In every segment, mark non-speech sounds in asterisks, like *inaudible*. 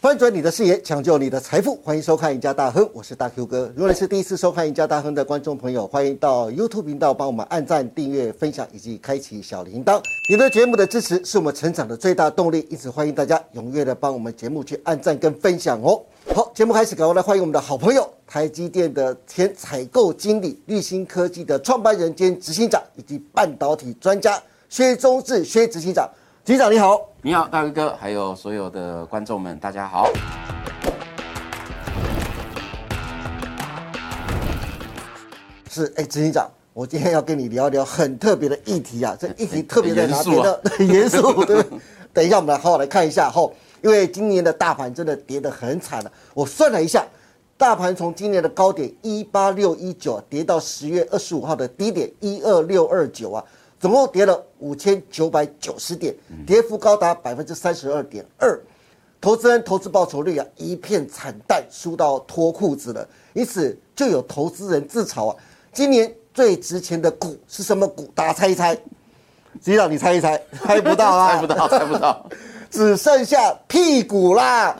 翻转你的视野，抢救你的财富，欢迎收看《赢家大亨》，我是大 Q 哥。如果你是第一次收看《赢家大亨》的观众朋友，欢迎到 YouTube 频道帮我们按赞、订阅、分享以及开启小铃铛。你对节目的支持是我们成长的最大动力，因此欢迎大家踊跃的帮我们节目去按赞跟分享哦。好，节目开始，赶快来欢迎我们的好朋友，台积电的前采购经理、绿芯科技的创办人兼执行长，以及半导体专家薛忠志薛执行长。局长你好。你好，大哥哥，还有所有的观众们，大家好。是，哎、执行长，我今天要跟你聊一聊很特别的议题啊，这议题特别在哪边呢？很 *laughs* 严肃，对不对？等一下，我们来好好来看一下哈，因为今年的大盘真的跌得很惨了、啊我算了一下，大盘从今年的高点一八六一九跌到十月二十五号的低点一二六二九啊，总共跌了五千九百九十点，跌幅高达百分之三十二点二。投资人投资报酬率啊一片惨淡，输到脱裤子了。因此就有投资人自嘲啊，今年最值钱的股是什么股？大家猜一猜，局长你猜一猜， *laughs* 猜不到啊，猜不到，猜不到。 *laughs* 只剩下屁股啦。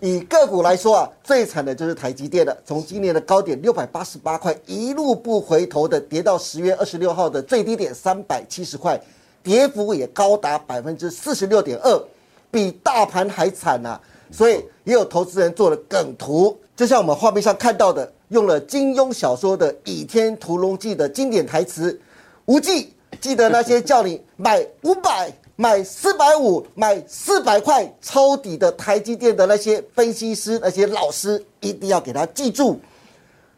以个股来说啊，最惨的就是台积电了，从今年的高点六百八十八块一路不回头的跌到十月二十六号的最低点三百七十块，跌幅也高达百分之四十六点二，比大盘还惨啊！所以也有投资人做了梗图，就像我们画面上看到的，用了金庸小说的《倚天屠龙记》的经典台词。无忌，记得那些叫你买五百、买四百五、买四百块抄底的台积电的那些分析师、那些老师，一定要给他记住。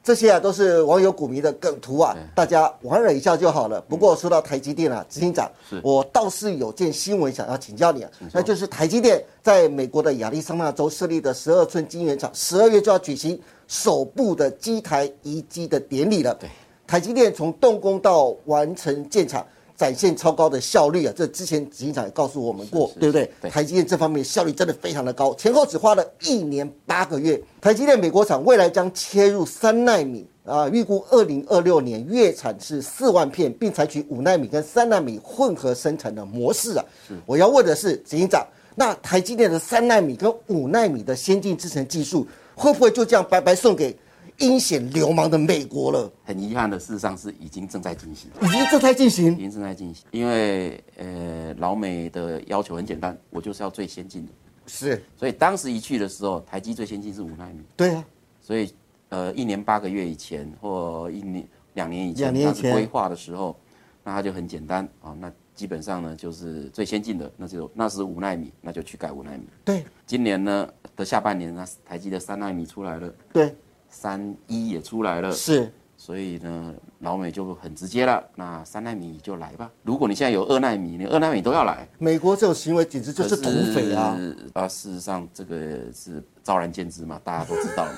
这些啊都是网友股民的梗图哎啊，大家玩了一下就好了。不过说到台积电啊，执行长嗯是，我倒是有件新闻想要请教你啊，那就是台积电在美国的亚利桑那州设立的十二寸晶圆厂，十二月就要举行首部的机台移机的典礼了。对台积电从动工到完成建厂，展现超高的效率啊！这之前执行长也告诉我们过，是是对不对？对台积电这方面效率真的非常的高，前后只花了一年八个月。台积电美国厂未来将切入三纳米啊，预估二零二六年月产是四万片，并采取五纳米跟三纳米混合生产的模式啊。我要问的是，执行长，那台积电的三纳米跟五纳米的先进制程技术，会不会就这样白白送给阴险流氓的美国了？很遗憾的，事实上是已经正在进行，已经正在进行已。经正在进行。因为呃，老美的要求很简单，我就是要最先进的。是，所以当时一去的时候，台积最先进是五纳米，对啊，所以呃，一年八个月以前或一年两年以两前，年以当时前规划的时候，那它就很简单啊、那基本上呢就是最先进的，那就那是五纳米，那就去盖五纳米。对今年呢的下半年呢，台积的三纳米出来了，对三一也出来了，是，所以呢，老美就很直接了。那三纳米就来吧。如果你现在有二纳米，你二纳米都要来，美国这种行为简直就是可土匪啊！！啊，事实上这个是昭然见之嘛，大家都知道嘛。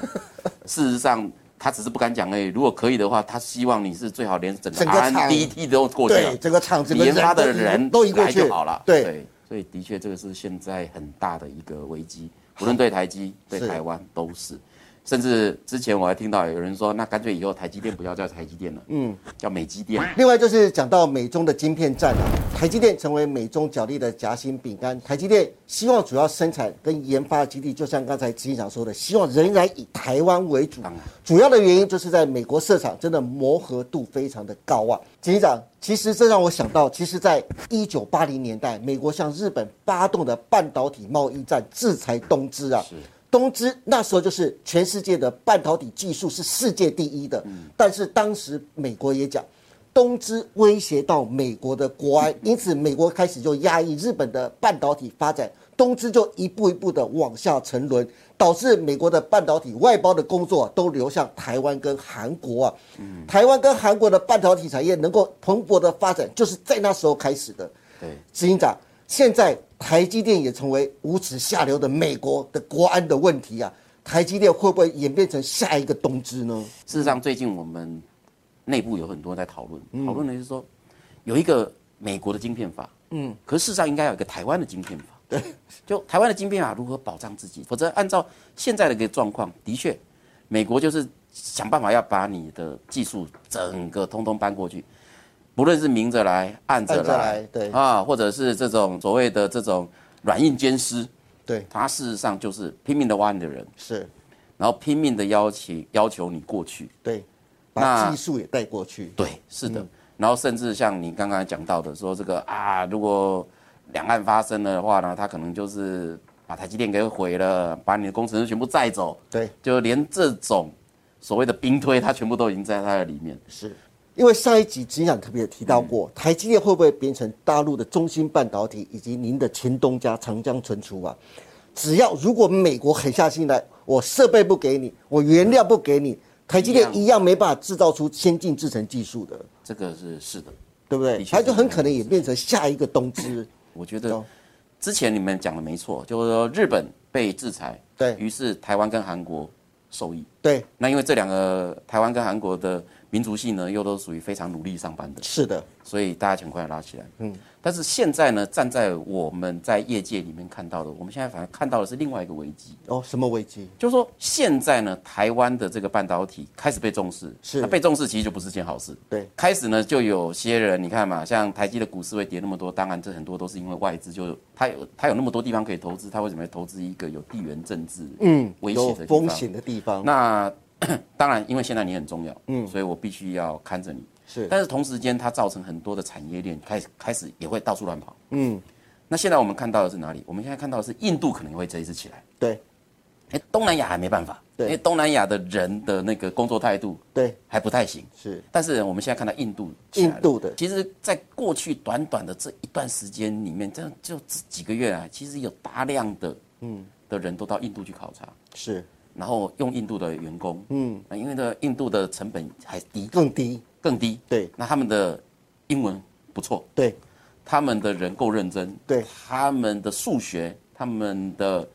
*laughs* 事实上，他只是不敢讲而已。如果可以的话，他希望你是最好连整个整个厂 R&D 都过去了对，，整个厂子你研发的人都移过来去就好了。对，所以的确这个是现在很大的一个危机，无论对台积、对是台湾都是。甚至之前我还听到有人说，那干脆以后台积电不要叫台积电了，嗯，叫美积电。另外就是讲到美中的晶片战啊，台积电成为美中角力的夹心饼干。台积电希望主要生产跟研发基地，就像刚才执行长说的，希望仍然以台湾为主当然。主要的原因就是在美国市场真的磨合度非常的高啊。执行长，其实这让我想到，其实，在一九八零年代，美国向日本发动的半导体贸易战，制裁东芝啊。是东芝那时候就是全世界的半导体技术是世界第一的，但是当时美国也讲，东芝威胁到美国的国安，因此美国开始就压抑日本的半导体发展，东芝就一步一步的往下沉沦，导致美国的半导体外包的工作、都流向台湾跟韩国啊。台湾跟韩国啊的半导体产业能够蓬勃的发展，就是在那时候开始的。对，执行长，现在台积电也成为无耻下流的美国的国安的问题啊！台积电会不会演变成下一个东芝呢？事实上，最近我们内部有很多人在讨论，讨论的是说，有一个美国的晶片法，嗯，可是事实上应该有一个台湾的晶片法，对，就台湾的晶片法如何保障自己？否则按照现在的一个状况，的确，美国就是想办法要把你的技术整个通通搬过去，不论是明着来、暗着按着来来，对啊，或者是这种所谓的这种软硬兼施，对，他事实上就是拼命的挖你的人，是，然后拼命的要求要求你过去。对，那把技术也带过去，对，是的。然后甚至像你刚刚讲到的，说这个啊，如果两岸发生了的话呢，他可能就是把台积电给毁了，把你的工程师全部载走，对，就连这种所谓的兵推，他全部都已经在他的里面。是。因为上一集金长特别提到过，嗯台积电会不会变成大陆的中芯半导体以及您的前东家长江存储啊？只要如果美国狠下心来，我设备不给你，我原料不给你，台积电一样没办法制造出先进制程技术的，这个是是的，对不对的？确它是就很可能也变成下一个东芝。我觉得懂之前你们讲的没错，就是说日本被制裁，对于是台湾跟韩国受益。对，那因为这两个台湾跟韩国的民族性呢，又都属于非常努力上班的，是的，所以大家钱快拉起来。嗯，但是现在呢，站在我们在业界里面看到的，我们现在反而看到的是另外一个危机，哦，什么危机？就是说现在呢，台湾的这个半导体开始被重视，是那被重视其实就不是件好事。对，开始呢，就有些人，你看嘛，像台积的股市会跌那么多，当然这很多都是因为外资就他有他有那么多地方可以投资，他为什么要投资一个有地缘政治嗯威胁有的地风方？险的地方，那 *coughs* 当然，因为现在你很重要，嗯，所以我必须要看着你。是但是同时间，它造成很多的产业链开始开始也会到处乱跑，嗯。那现在我们看到的是哪里？我们现在看到的是印度可能会这一次起来，对哎，东南亚还没办法，对因为东南亚的人的那个工作态度对还不太行。是但是我们现在看到印度起来了，印度的其实，在过去短短的这一段时间里面，这样就这几个月来，其实有大量的嗯的人都到印度去考察，是然后用印度的员工，嗯，因为呢，印度的成本还低更低，更低，对那他们的英文不错，对他们的人够认真，对他们的数学，他们的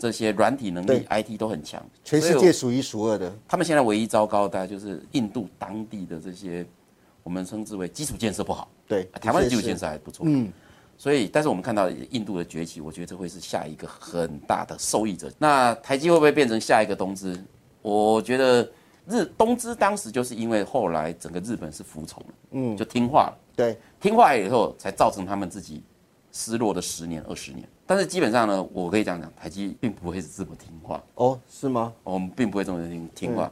这些软体能力对，IT 都很强，全世所以界数一数二的，他们现在唯一糟糕的，大概就是印度当地的这些，我们称之为基础建设不好，对啊台湾的确的基是础建设还不错，嗯。所以，但是我们看到印度的崛起，我觉得这会是下一个很大的受益者。那台积会不会变成下一个东芝？我觉得日东芝当时就是因为后来整个日本是服从了，嗯，就听话了，对听话以后才造成他们自己失落的十年、二十年。但是基本上呢，我可以这样讲，台积并不会是这么听话，哦，是吗？我们并不会这么听听话。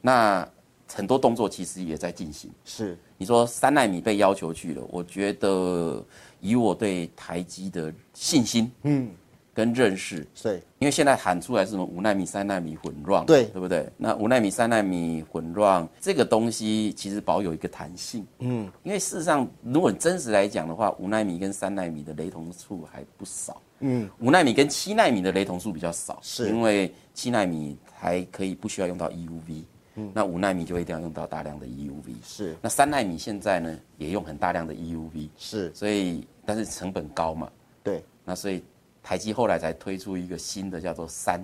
那很多动作其实也在进行。是你说三纳米被要求去了，我觉得以我对台积的信心，嗯，跟认识，对因为现在喊出来是什么五纳米、三纳米混乱，对对不对？那五纳米、三纳米混乱这个东西其实保有一个弹性，嗯，因为事实上如果你真实来讲的话，五纳米跟三纳米的雷同处还不少，嗯，五纳米跟七纳米的雷同数比较少，是因为七纳米还可以不需要用到 EUV，嗯，那五纳米就一定要用到大量的 EUV，是那三纳米现在呢也用很大量的 EUV，是，所以但是成本高嘛，对那所以台积后来才推出一个新的叫做三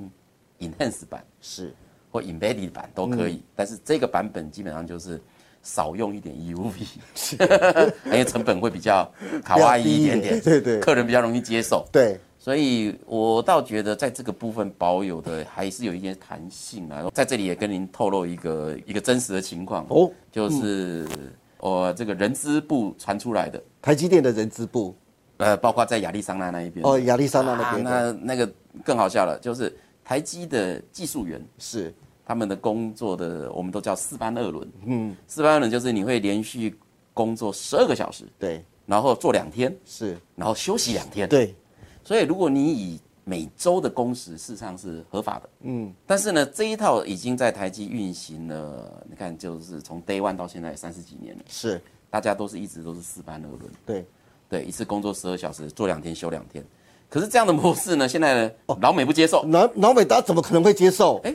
Enhance 版是或 Embedded 版都可嗯以，但是这个版本基本上就是少用一点 *laughs* EUV，因为成本会比较卡哇伊一点点，对对对客人比较容易接受。对所以我倒觉得在这个部分保有的还是有一些弹性啊。在这里也跟您透露一个一个真实的情况哦嗯就是我、这个人资部传出来的，台积电的人资部呃，包括在亚利桑那那一边哦，亚利桑那那啊边的那那个更好笑了，就是台积的技术员是他们的工作的我们都叫四班二轮，嗯，四班二轮就是你会连续工作十二个小时，对然后做两天，是，然后休息两天，对所以如果你以每周的工时，事实上是合法的，嗯，但是呢，这一套已经在台积运行了，你看就是从 day one 到现在三十几年了，是，大家都是一直都是四班二轮，对对，一次工作十二小时，做两天休两天。可是这样的模式呢，现在呢哦老美不接受。老老美达怎么可能会接受？哎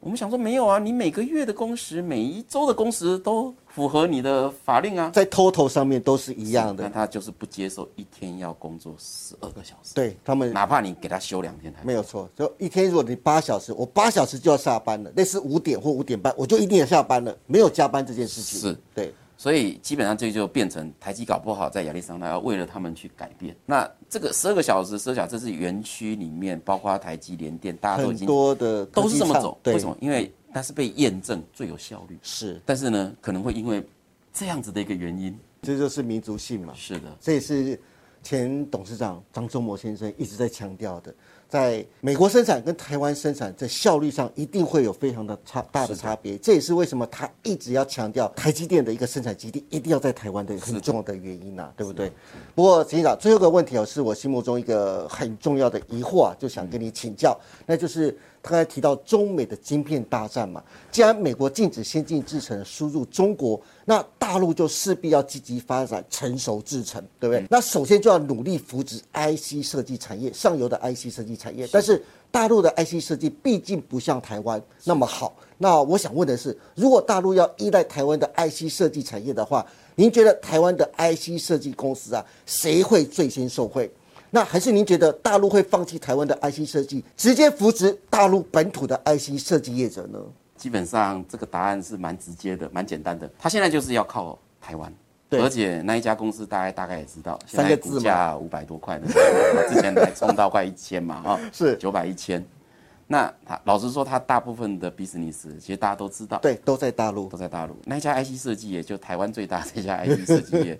我们想说没有啊，你每个月的工时、每一周的工时都符合你的法令啊。在 total 上面都是一样那的，他就是不接受一天要工作十二个小时，对他们哪怕你给他休两天还没有错。就一天，如果你八小时，我八小时就要下班了，类似五点或五点半，我就一定要下班了，没有加班这件事情。是对，所以基本上这就变成台积搞不好在亚利桑那要为了他们去改变。那这个十二个小时、十二小时，这是园区里面包括台积、联电，大家都已很经多的科都是技这么厂走。对为什么？？因为它是被验证最有效率。是，但是呢，可能会因为这样子的一个原因，这就是民族性嘛。是的，这也是前董事长张忠谋先生一直在强调的。在美国生产跟台湾生产在效率上一定会有非常的差大的差别，这也是为什么他一直要强调台积电的一个生产基地一定要在台湾的很重要的原因呐、啊对不对？不过，执行长最后一个问题哦，是我心目中一个很重要的疑惑啊，就想跟你请教，那就是他刚才提到中美的晶片大战嘛，既然美国禁止先进制程输入中国，那大陆就势必要积极发展成熟制程，对不对？那首先就要努力扶植 IC 设计产业上游的 IC 设计产业，但是大陆的 IC 设计毕竟不像台湾那么好。那我想问的是，如果大陆要依赖台湾的 IC 设计产业的话，您觉得台湾的 IC 设计公司啊，谁会最先受惠？那还是您觉得大陆会放弃台湾的 IC 设计，直接扶植大陆本土的 IC 设计业者呢？基本上这个答案是蛮直接的，蛮简单的。他现在就是要靠台湾，对而且那一家公司大概大概也知道，现三个在字股价五百多块，那个之前还冲到快一 *laughs* 千嘛，哈、是九百一千。那他老实说，他大部分的 business 其实大家都知道，对，都在大陆都。在大陆。那一家 IC 设计业，就台湾最大的一家 IC 设计业，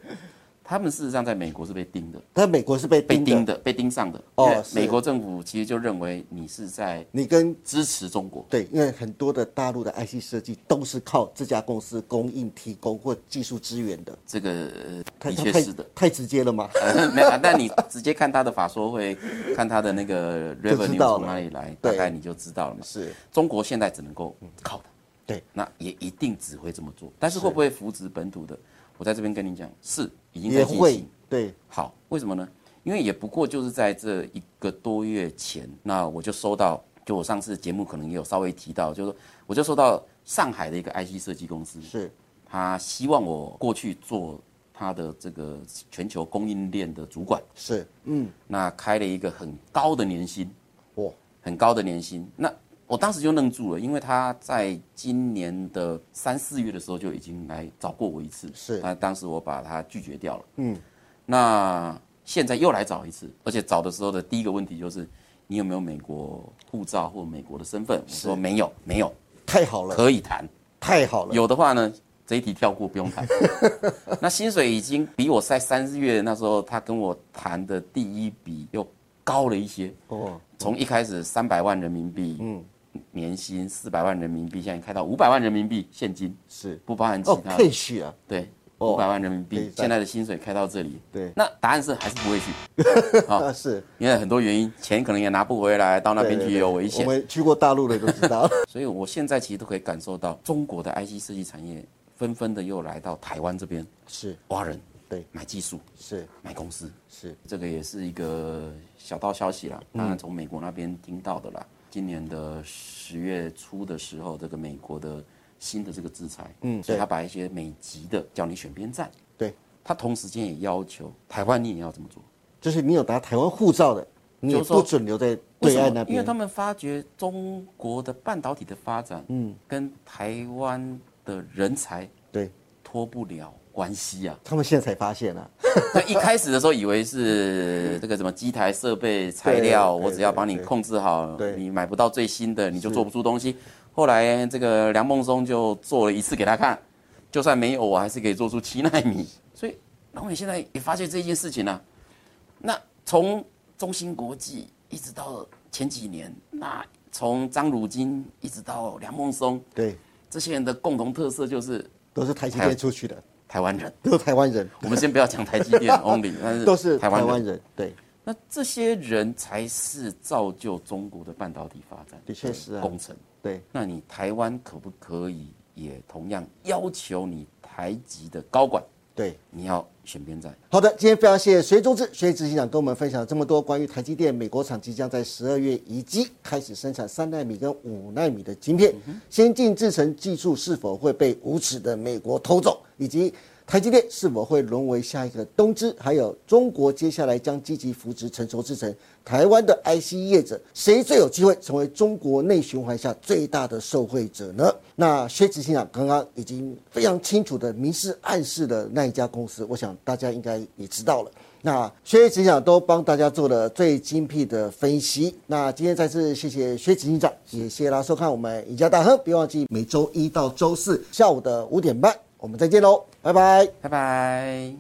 他们事实上在美国是被盯的，但美国是被被盯的，盯的，被盯上的。哦因为是美国政府其实就认为你是在你跟支持中国。对，因为很多的大陆的 IC 设计都是靠这家公司供应、提供或技术支援的，这个呃太的太确太是的，太直接了嘛？呃 *laughs* 没有，啊但你直接看他的法说会，看他的那个就知 revenue 道从了哪里来，对大概你就知道了嘛。是，中国现在只能够靠它，对，那也一定只会这么做。但是会不会扶植本土的？我在这边跟你讲，是已经也在进会行。对，好，为什么呢？因为也不过就是在这一个多月前，那我就收到，就我上次节目可能也有稍微提到，就是说我就收到上海的一个 IC 设计公司，是他希望我过去做他的这个全球供应链的主管，是，嗯，那开了一个很高的年薪，哇，很高的年薪。那我当时就愣住了，因为他在今年的三四月的时候就已经来找过我一次，是那当时我把他拒绝掉了。嗯，那现在又来找一次，而且找的时候的第一个问题就是你有没有美国护照或美国的身份？我说没有，没有，太好了，可以谈。太好了，有的话呢，这一题跳过，不用谈。 *laughs* 那薪水已经比我在三四月那时候他跟我谈的第一笔又高了一些，哦，从一开始三百万人民币，嗯，年薪四百万人民币，现在开到五百万人民币现金，是不包含其哦他的。 ，cash 啊，对，哦五百万人民可以币，在现在的薪水开到这里。对那答案是还是不会去，啊是，因为很多原因，钱可能也拿不回来，哦到那边对去对也有对危险我。们去过大陆的都知 *laughs* 道，所以我现在其实都可以感受到，中国的 IC 设计产业纷纷的又来到台湾这边是挖人，对，买技术，是买公司，是，这个也是一个小道消息啦，嗯当然从美国那边听到的啦。今年的十月初的时候，这个美国的新的这个制裁，嗯，所以对他把一些美籍的叫你选边站，对，他同时间也要求台湾你也要这么做。就是你有拿台湾护照的，你也就是说不准留在为对什岸么那？因为边他，们发觉中国的半导体的发展，嗯，跟台湾的人才对脱不了关系啊。他们现在才发现啊，对，一开始的时候以为是这个什么机台设备材料，对对我只要帮你控制好对，你买不到最新的，你就做不出东西。后来这个梁孟松就做了一次给他看，就算没有，我还是可以做出七纳米。所以老美现在也发现这件事情了、那从中芯国际一直到前几年，那从张汝京一直到梁孟松，对，这些人的共同特色就是都是台积哎电出去的，台湾人。都是台湾人，我们先不要讲台积 *laughs* 电 only，但是都是台台湾人湾。人，对，那这些人才是造就中国的半导体发展的确是啊工程。对，那你台湾可不可以也同样要求你台籍的高管，对。你要选边站？好的，今天非常谢谢隋忠志、隋执行长跟我们分享这么多关于台积电美国厂即将在十二月移机开始生产三纳米跟五纳米的晶片，先进制程技术是否会被无耻的美国偷走，以及台积电是否会沦为下一个东芝，还有中国接下来将积极扶植成熟制程，台湾的 IC 业者谁最有机会成为中国内循环下最大的受惠者呢？那薛执行长刚刚已经非常清楚的明示暗示了那一家公司，我想大家应该也知道了。那薛执行长都帮大家做了最精辟的分析。那今天再次谢谢薛执行长，也谢谢大家收看我们赢家大亨。别忘记每周一到周四下午的五点半，我们再见喽，拜拜。拜拜。